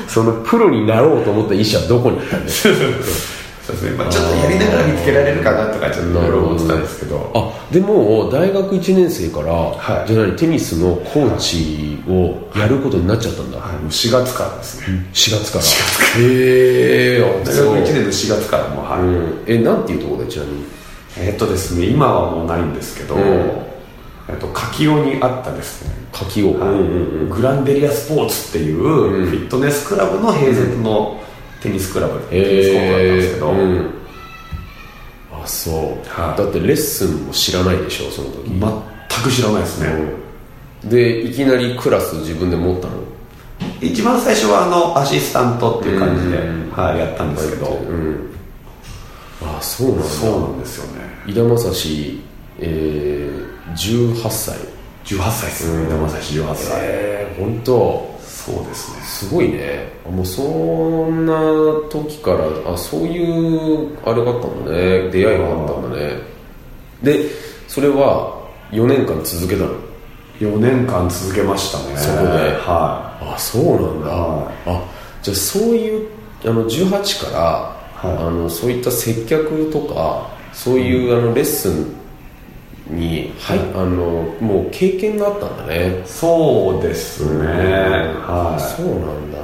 [SPEAKER 2] そのプロになろうと思った意思はどこに行ったんですか
[SPEAKER 3] そそうですね、まあ、ちょっとやりながら見つけられるかなとかちょっといろいろ思ってたんですけど
[SPEAKER 2] あでも大学1年生から、
[SPEAKER 3] はい
[SPEAKER 2] じゃないテニスのコーチをやることになっちゃったんだ、
[SPEAKER 3] はいもう4月からですね
[SPEAKER 2] 4月からへえあ
[SPEAKER 3] 大学
[SPEAKER 2] そう
[SPEAKER 3] 1年の4月からもう、はい
[SPEAKER 2] うんえなんていうところでちなみに
[SPEAKER 3] えっとですね今はもうないんですけど、
[SPEAKER 2] うん
[SPEAKER 3] えっと柿尾にあったですね
[SPEAKER 2] 柿を、
[SPEAKER 3] はいグランデリアスポーツっていう
[SPEAKER 2] うん
[SPEAKER 3] フィットネスクラブの併設のテニスクラブ、テニスコートだったんです
[SPEAKER 2] え
[SPEAKER 3] け
[SPEAKER 2] ー
[SPEAKER 3] ど、
[SPEAKER 2] うんあそう、
[SPEAKER 3] はい
[SPEAKER 2] だってレッスンも知らないでしょその時、
[SPEAKER 3] 全く知らないですね、
[SPEAKER 2] うんでいきなりクラス自分で持ったの
[SPEAKER 3] 一番最初はあのアシスタントっていう感じで、
[SPEAKER 2] うん
[SPEAKER 3] はい、やったんですけど、
[SPEAKER 2] うん、あそうなんだ
[SPEAKER 3] そうなんですよね
[SPEAKER 2] 井田正史、えー、18歳
[SPEAKER 3] 18歳ですね生し18歳、
[SPEAKER 2] ええ本当
[SPEAKER 3] そうですね
[SPEAKER 2] すごいねあもうそんな時からあそういうあれがあったんだね出会いがあったんだねでそれは4年間続けたの
[SPEAKER 3] 4年間続けましたね
[SPEAKER 2] そこで
[SPEAKER 3] は
[SPEAKER 2] あそうなんだ、
[SPEAKER 3] は
[SPEAKER 2] あじゃあそういうあの18から、
[SPEAKER 3] い
[SPEAKER 2] あのそういった接客とかそういう、あのレッスンに、はい、あのもう経験があったんだね
[SPEAKER 3] いそうですね、は
[SPEAKER 2] そうなんだ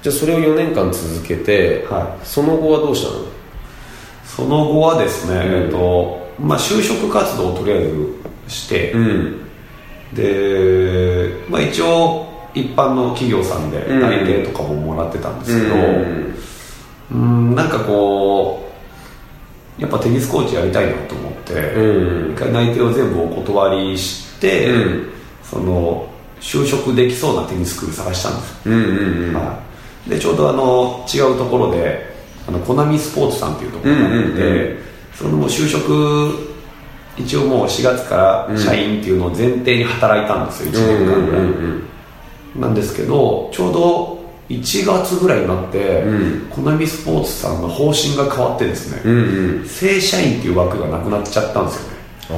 [SPEAKER 2] じゃあそれを4年間続けて、
[SPEAKER 3] は
[SPEAKER 2] その後はどうしたの
[SPEAKER 3] いその後はですね、
[SPEAKER 2] うん
[SPEAKER 3] えっとまあ、就職活動をとりあえずして、
[SPEAKER 2] ん
[SPEAKER 3] で、まあ、一応一般の企業さんで
[SPEAKER 2] うん
[SPEAKER 3] 内定とかももらってたんで
[SPEAKER 2] う
[SPEAKER 3] すけど、
[SPEAKER 2] ん
[SPEAKER 3] うんなんかこうやっぱテニスコーチやりたいなと思って、
[SPEAKER 2] うん
[SPEAKER 3] 一回内定を全部お断りして、
[SPEAKER 2] うん
[SPEAKER 3] その就職できそうなテニススクール探したんです、
[SPEAKER 2] うんうんうん
[SPEAKER 3] はい、でちょうどあの違うところであのコナミスポーツさんっていうところがあって、
[SPEAKER 2] うんうんう
[SPEAKER 3] そのもう就職一応もう4月から社員っていうのを前提に働いたんですよ、1年間ぐらい、なんですけどちょうど1月ぐらいになって、
[SPEAKER 2] う
[SPEAKER 3] コナミスポーツさんの方針が変わってですね、
[SPEAKER 2] うんうん
[SPEAKER 3] 正社員っていう枠がなくなっちゃったんですよね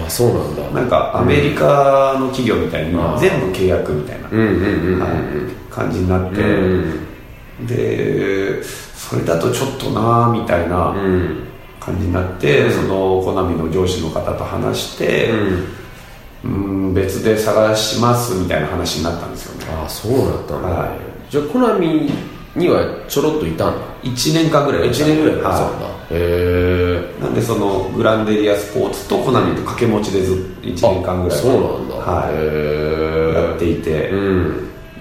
[SPEAKER 2] あそうなんだ
[SPEAKER 3] なんかアメリカの企業みたいに
[SPEAKER 2] うん
[SPEAKER 3] 全部契約みたいな、
[SPEAKER 2] うんうんうん
[SPEAKER 3] はい感じになって、
[SPEAKER 2] うん
[SPEAKER 3] でそれだとちょっとなーみたいな
[SPEAKER 2] うん
[SPEAKER 3] 感じになって、
[SPEAKER 2] うん
[SPEAKER 3] そのコナミの上司の方と話して、
[SPEAKER 2] うん
[SPEAKER 3] うん、別で探しますみたいな話になったんですよね
[SPEAKER 2] あそうだったんだ、
[SPEAKER 3] は
[SPEAKER 2] じゃあコナミにはちょろっといたんだ
[SPEAKER 3] 1年間ぐらい
[SPEAKER 2] 1年ぐらいだったん
[SPEAKER 3] は
[SPEAKER 2] だへえ
[SPEAKER 3] いなんでそのグランデリアスポーツとコナミと掛け持ちでず1年間ぐらい
[SPEAKER 2] そうなんだ、
[SPEAKER 3] はいやっ
[SPEAKER 2] へ
[SPEAKER 3] ていて、
[SPEAKER 2] えう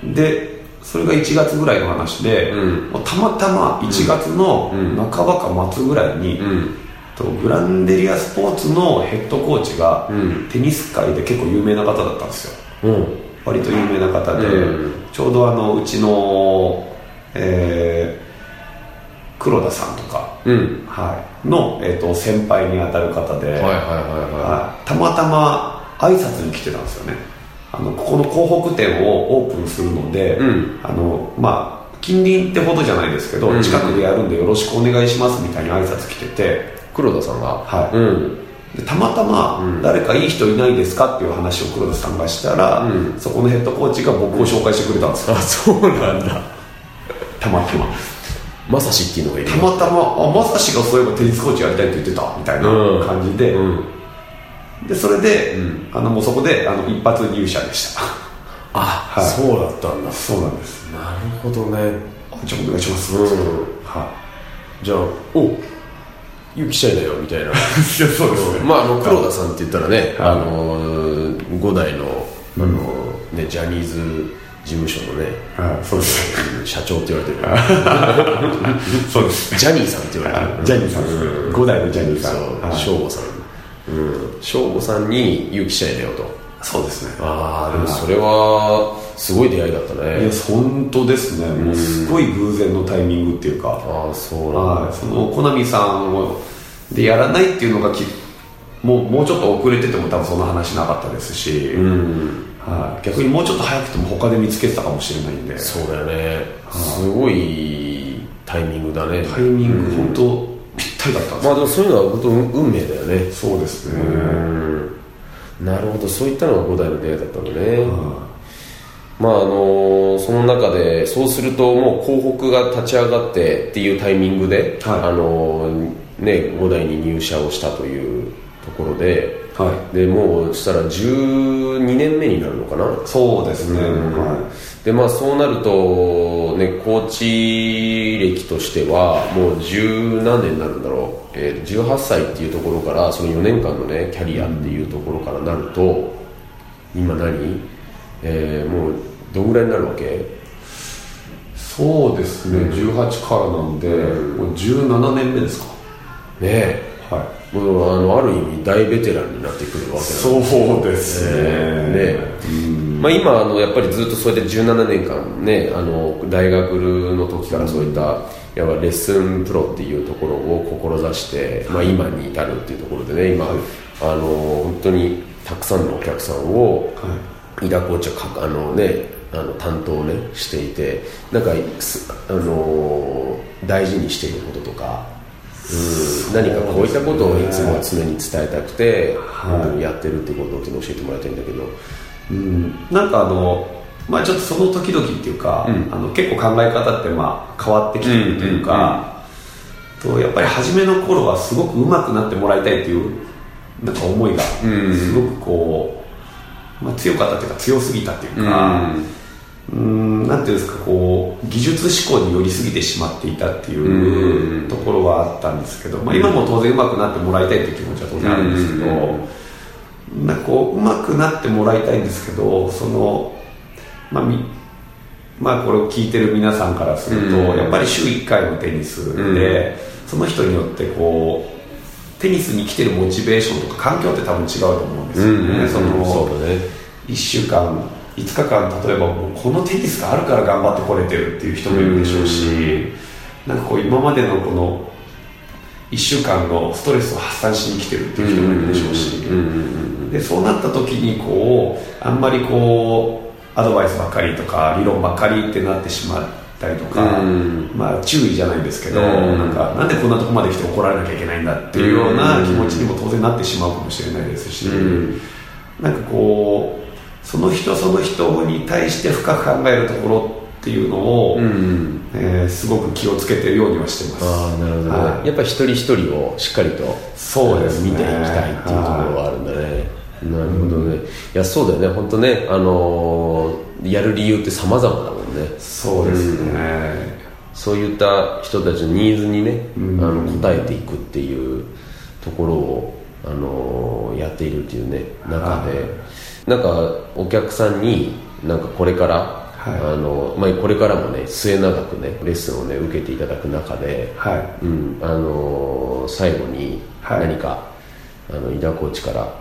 [SPEAKER 2] ん
[SPEAKER 3] でそれが1月ぐらいの話で、
[SPEAKER 2] うん
[SPEAKER 3] もうたまたま1月の
[SPEAKER 2] うん
[SPEAKER 3] 半ばか末ぐらいに、
[SPEAKER 2] うん
[SPEAKER 3] とグランデリアスポーツのヘッドコーチが、
[SPEAKER 2] うん
[SPEAKER 3] テニス界で結構有名な方だったんです
[SPEAKER 2] う
[SPEAKER 3] よ
[SPEAKER 2] ん
[SPEAKER 3] 割と有名な方で、
[SPEAKER 2] うん
[SPEAKER 3] ちょうどあのうちの、えー黒田さんとか、
[SPEAKER 2] うん
[SPEAKER 3] はい、の、えー、と先輩にあたる方で、
[SPEAKER 2] はいはいはいは
[SPEAKER 3] はいたまたま挨拶に来てたんですよねあのここの港北店をオープンするので、
[SPEAKER 2] うん
[SPEAKER 3] あのまあ近隣ってほどじゃないですけど、
[SPEAKER 2] うん
[SPEAKER 3] 近くでやるんでよろしくお願いしますみたいな挨拶来てて
[SPEAKER 2] い黒田さんが
[SPEAKER 3] はい
[SPEAKER 2] うん
[SPEAKER 3] でたまたま誰かいい人いないですかっていう話を黒田さんがしたら、
[SPEAKER 2] うん
[SPEAKER 3] そこのヘッドコーチが僕を紹介してくれたんですよ
[SPEAKER 2] あそうなんだ
[SPEAKER 3] たまたま
[SPEAKER 2] まさしっていうのがいる
[SPEAKER 3] たまたまあまさしがそういえばテニスコーチやりたいって言ってたみたいな
[SPEAKER 2] うん
[SPEAKER 3] 感じで、
[SPEAKER 2] うん
[SPEAKER 3] でそれで、
[SPEAKER 2] うん
[SPEAKER 3] あのもうそこであの一発入社でした
[SPEAKER 2] あ、
[SPEAKER 3] い
[SPEAKER 2] そうだったんだ
[SPEAKER 3] そうなんです
[SPEAKER 2] なるほどね
[SPEAKER 3] じゃあお願いします、
[SPEAKER 2] うん
[SPEAKER 3] は
[SPEAKER 2] じゃあおゆきちゃいだよみたいな
[SPEAKER 3] いや そうです
[SPEAKER 2] まああの黒田さんって言ったらね、
[SPEAKER 3] はい
[SPEAKER 2] あのー、5代のあのー、ね、ジャニーズ事務所のね
[SPEAKER 3] はいそうです
[SPEAKER 2] 社長って言われてる
[SPEAKER 3] そうです
[SPEAKER 2] ジャニーさんって言われてる
[SPEAKER 3] ジャニーさん5代のジャニーさん
[SPEAKER 2] そう
[SPEAKER 3] はい
[SPEAKER 2] 省吾さんうん省吾さんに勇気しちゃいだよと
[SPEAKER 3] そうですね
[SPEAKER 2] ああでもそれはすごい出会いだった
[SPEAKER 3] い
[SPEAKER 2] ね
[SPEAKER 3] や本当ですねもうすごい偶然のタイミングっていうか、
[SPEAKER 2] ああそうなん
[SPEAKER 3] はい、そのコナミさんをでやらないっていうのがきもうもうちょっと遅れてても多分そんな話なかったですし、
[SPEAKER 2] だうん
[SPEAKER 3] はい、逆にもうちょっと早くても他で見つけてたかもしれないんで
[SPEAKER 2] そうだよねすごいタイミングだね
[SPEAKER 3] タイミング本当ぴったりだったんです
[SPEAKER 2] ま
[SPEAKER 3] よ、
[SPEAKER 2] あでもそういうのは本当運運命だよね
[SPEAKER 3] そうですね、
[SPEAKER 2] うんなるほどそういったのが五代の出会いだったのね
[SPEAKER 3] は
[SPEAKER 2] まああのその中でそうするともう広北が立ち上がってっていうタイミングで、
[SPEAKER 3] はい
[SPEAKER 2] あのね、五代に入社をしたというところで
[SPEAKER 3] は
[SPEAKER 2] でもうしたら12年目になるのかな、
[SPEAKER 3] いそうですね、
[SPEAKER 2] うん
[SPEAKER 3] は
[SPEAKER 2] でまあ、そうなると、ね、コーチ歴としてはもう十何年になるんだろう、えー18歳っていうところからその4年間の、ね、キャリアっていうところからなると今何、えーもうどんぐらいになるわけ
[SPEAKER 3] い、そうですね、18からなんで、もう17年目ですか
[SPEAKER 2] ね
[SPEAKER 3] は
[SPEAKER 2] え
[SPEAKER 3] い
[SPEAKER 2] もうあのある意味大ベテランになってくるわけなんですよ
[SPEAKER 3] そうですね,、
[SPEAKER 2] えまあ、今あのやっぱりずっとそれで17年間ねあの大学の時からそういったやっぱレッスンプロっていうところを志して、まあ、今に至るっていうところでね今あの本当にたくさんのお客さんを伊田コーチはかあのねあの担当をねしていてなんかすあの大事にしていることとかうん何かこういったことをいつも常に伝えたくて、うんやってるってことっていうのを教えてもらいたいんだけど。
[SPEAKER 3] うんなんかあのまあちょっとその時々っていうか、
[SPEAKER 2] うん
[SPEAKER 3] あの結構考え方ってまあ変わってきてるというか、とやっぱり初めの頃はすごく上手くなってもらいたいというなんか思いが
[SPEAKER 2] うん
[SPEAKER 3] すごくこう、まあ、強かったというか強すぎたというか、うん、なんていうんですかこう技術思考に寄りすぎてしまっていたっていうところはあったんですけど、まあ、今も当然上手くなってもらいたいという気持ちは当然あるんですけど、
[SPEAKER 2] うん
[SPEAKER 3] なんかこう上手くなってもらいたいんですけどその、まあ、みまあこれを聞いてる皆さんからすると、
[SPEAKER 2] うん
[SPEAKER 3] やっぱり週1回のテニスで、
[SPEAKER 2] う
[SPEAKER 3] その人によってこうテニスに来てるモチベーションとか環境って多分違うと思うんですよね、その
[SPEAKER 2] そうだね
[SPEAKER 3] 1週間5日間例えばもうこのテニスがあるから頑張ってこれてるっていう人もいるでしょうし、なんかこう今までのこの1週間のストレスを発散しに来てるっていう人もいるでしょうし、でそうなった時にこうあんまりこうアドバイスばっかりとか理論ばっかりってなってしまったりとか、
[SPEAKER 2] うん
[SPEAKER 3] まあ注意じゃないんですけど、
[SPEAKER 2] うん
[SPEAKER 3] なんかなんでこんなとこまで来て怒られなきゃいけないんだっていうような気持ちにも当然なってしまうかもしれないですし、
[SPEAKER 2] うん
[SPEAKER 3] なんかこうその人その人に対して深く考えるところっていうのを、
[SPEAKER 2] うん
[SPEAKER 3] えーすごく気をつけてるようにはしてます
[SPEAKER 2] ああなるほどね、
[SPEAKER 3] はい
[SPEAKER 2] やっぱり一人一人をしっかりと
[SPEAKER 3] そうですね
[SPEAKER 2] 見ていきたいっていうところはあるんだね、なるほどね、いやそうだよね本当ねあのーやる理由って様々だもんね
[SPEAKER 3] そうですね、
[SPEAKER 2] そういった人たちのニーズにね、
[SPEAKER 3] うん
[SPEAKER 2] あの応えていくっていうところを、あのーやっているっていうね中で、
[SPEAKER 3] は
[SPEAKER 2] なんかお客さんになんかこれから、
[SPEAKER 3] い
[SPEAKER 2] あのまあ、これからもね末永くねレッスンをね受けていただく中で、
[SPEAKER 3] はい
[SPEAKER 2] うんあのー最後に
[SPEAKER 3] はい
[SPEAKER 2] 何か、あの井田コーチから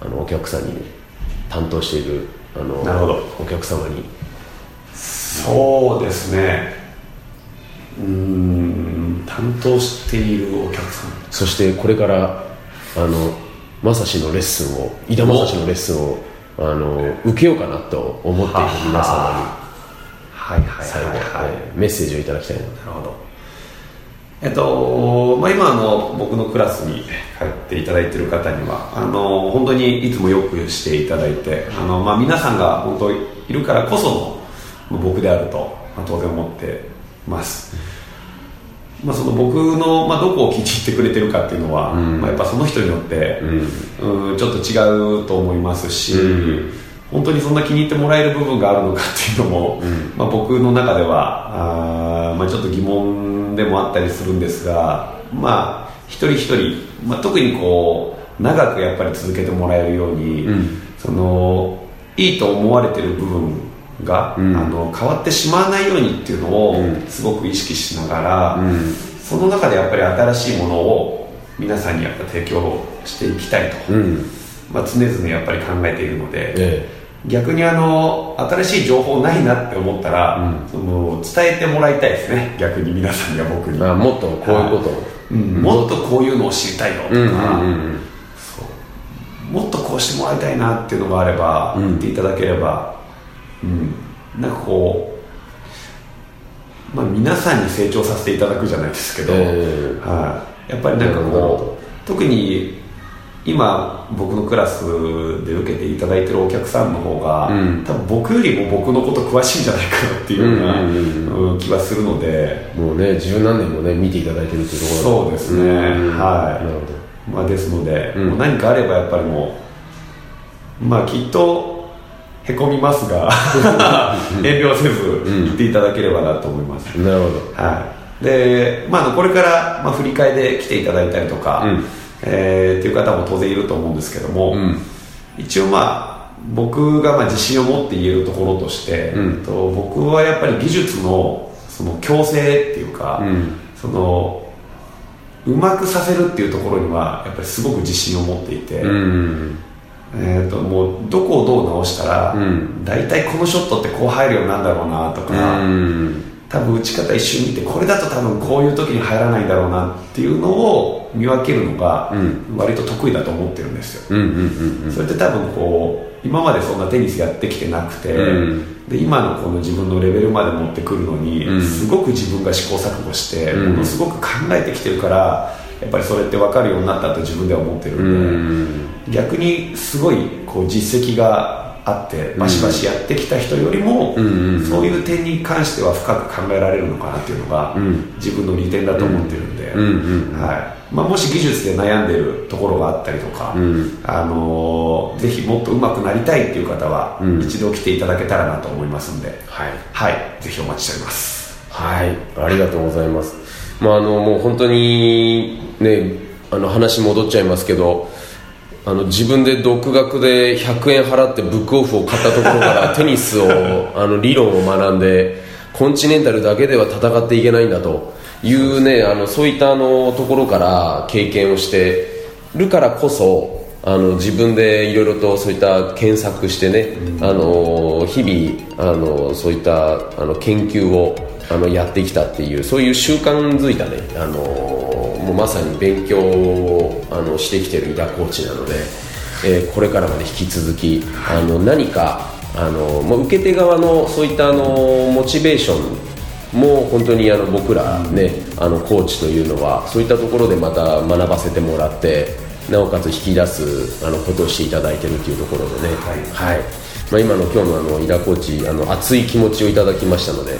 [SPEAKER 2] あのお客さんに、ね、担当しているあの
[SPEAKER 3] なるほど
[SPEAKER 2] お客様に
[SPEAKER 3] そうですねうーん担当しているお客さん
[SPEAKER 2] そしてこれからあのまさしのレッスンを井田まさしのレッスンをあの受けようかなと思っている皆様
[SPEAKER 3] はいは
[SPEAKER 2] に
[SPEAKER 3] い
[SPEAKER 2] 最
[SPEAKER 3] は
[SPEAKER 2] 後、
[SPEAKER 3] いはい、
[SPEAKER 2] えーメッセージをいただきたいな
[SPEAKER 3] なるほどえっと、まあ、今あの僕のクラスに通っていただいている方にはあの本当にいつもよくしていただいてあの、まあ、皆さんが本当いるからこそのまあ僕であると、まあ当然思ってます、まあ、その僕の、まあ、どこを気に入ってくれてるかっていうのは、まあ、やっぱその人によって、うんちょっと違うと思いますし、本当にそんな気に入ってもらえる部分があるのかっていうのも、まあ、僕の中ではあー、まあ、ちょっと疑問でもあったりするんですが、まあ、一人一人、まあ、特にこう長くやっぱり続けてもらえるように、そのいいと思われてる部分が、あの変わってしまわないようにっていうのをすごく意識しながら、その中でやっぱり新しいものを皆さんにやっぱ提供していきたいと、まあ、常々やっぱり考えているので、
[SPEAKER 2] え
[SPEAKER 3] 逆にあの新しい情報ないなって思ったら、その伝えてもらいたいですね逆に皆さんには僕
[SPEAKER 2] え
[SPEAKER 3] に、
[SPEAKER 2] まあ、もっとこういうことを、
[SPEAKER 3] うんもっとこういうのを知りたいよとか、
[SPEAKER 2] うんうんうん
[SPEAKER 3] そうもっとこうしてもらいたいなっていうのがあれば、言っていただければ、うん、なんかこう、まあ、皆さんに成長させていただくじゃないですけど、
[SPEAKER 2] ええ
[SPEAKER 3] はいやっぱりなんか
[SPEAKER 2] なるほ
[SPEAKER 3] こう特に今僕のクラスで受けていただいてるお客さんの方が、
[SPEAKER 2] うん
[SPEAKER 3] 多分僕よりも僕のこと詳しいんじゃないかなっていうような、
[SPEAKER 2] うんうん
[SPEAKER 3] うん気はするので
[SPEAKER 2] もうね十何年もね見ていただいてるっていうところ
[SPEAKER 3] そうですね、
[SPEAKER 2] うん
[SPEAKER 3] はい
[SPEAKER 2] なるほど
[SPEAKER 3] まあ、ですので、
[SPEAKER 2] うん
[SPEAKER 3] もう何かあればやっぱりもうまあきっとへこみま すが遠慮せず言っていただければなと思います、
[SPEAKER 2] なるほど
[SPEAKER 3] はい、で、まああの、これから、まあ、振り替えで来ていただいたりとか、
[SPEAKER 2] うん
[SPEAKER 3] えーっていう方も当然いると思うんですけども、
[SPEAKER 2] うん
[SPEAKER 3] 一応まあ僕がまあ自信を持って言えるところとして、
[SPEAKER 2] うん
[SPEAKER 3] と僕はやっぱり技術のその強制っていうか、
[SPEAKER 2] うん
[SPEAKER 3] そのうまくさせるっていうところにはやっぱりすごく自信を持っていて、
[SPEAKER 2] うん
[SPEAKER 3] えー、ともうどこをどう直したら、
[SPEAKER 2] うん
[SPEAKER 3] 大体このショットってこう入るようになるんだろうなと
[SPEAKER 2] う
[SPEAKER 3] か、
[SPEAKER 2] ん
[SPEAKER 3] 多分打ち方一瞬見てこれだと多分こういう時に入らないんだろうなっていうのを見分けるのが
[SPEAKER 2] うん
[SPEAKER 3] 割と得意だと思ってるんですよ、
[SPEAKER 2] うんうんうん
[SPEAKER 3] それって多分こう今までそんなテニスやってきてなくて、
[SPEAKER 2] うん
[SPEAKER 3] で今のこの自分のレベルまで持ってくるのに、
[SPEAKER 2] うん
[SPEAKER 3] すごく自分が試行錯誤して、
[SPEAKER 2] うん
[SPEAKER 3] ものすごく考えてきてるからやっぱりそれって分かるようになったと自分では思ってるん
[SPEAKER 2] うん
[SPEAKER 3] で、逆にすごいこう実績があってバシバシやってきた人よりも、
[SPEAKER 2] うんうんうん
[SPEAKER 3] そういう点に関しては深く考えられるのかなっていうのが、
[SPEAKER 2] うん
[SPEAKER 3] 自分の利点だと思ってるんで、
[SPEAKER 2] うんうん
[SPEAKER 3] はいまあ、もし技術で悩んでるところがあったりとか、
[SPEAKER 2] うん
[SPEAKER 3] あのーぜひもっと上手くなりたいっていう方は、
[SPEAKER 2] うん
[SPEAKER 3] 一度来ていただけたらなと思いますんで、
[SPEAKER 2] はい
[SPEAKER 3] はい、ぜひお待ちしております。
[SPEAKER 2] はい、ありがとうございます。まああのもう本当にね、あの話戻っちゃいますけど、あの自分で独学で100円払ってブックオフを買ったところからテニスをあの理論を学んで、コンチネンタルだけでは戦っていけないんだというね、あのそういったあのところから経験をしてるからこそ。あの自分でいろいろとそういった検索してね、あの日々あのそういったあの研究をあのやってきたっていうそういう習慣づいたね、あのもうまさに勉強をあのしてきてる伊田コーチなので、えーこれからもね引き続きあの何かあのもう受け手側のそういったあのモチベーションもう本当にあの僕ら、ね、あのコーチというのはそういったところでまた学ばせてもらってなおかつ引き出すあのことをしていただいてるというところでね、はいまあ、今の今日のあの井田コーチあの熱い気持ちをいただきましたので、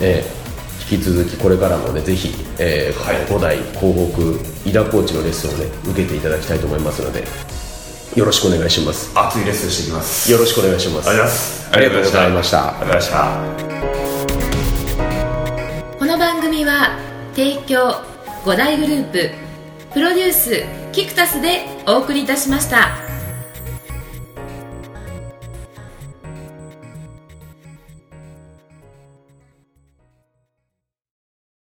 [SPEAKER 2] ええ引き続きこれからもねぜひ、えー5代広北井田コーチのレッスンをね受けていただきたいと思いますのでよろしくお願いします
[SPEAKER 3] 熱いレッスンしてきます。
[SPEAKER 2] よろしくお願いします
[SPEAKER 3] ありがとうございます
[SPEAKER 2] ありがとうございました
[SPEAKER 3] ありがとうございました。
[SPEAKER 1] この番組は提供五大グループプロデュースキクタスでお送りいたしました。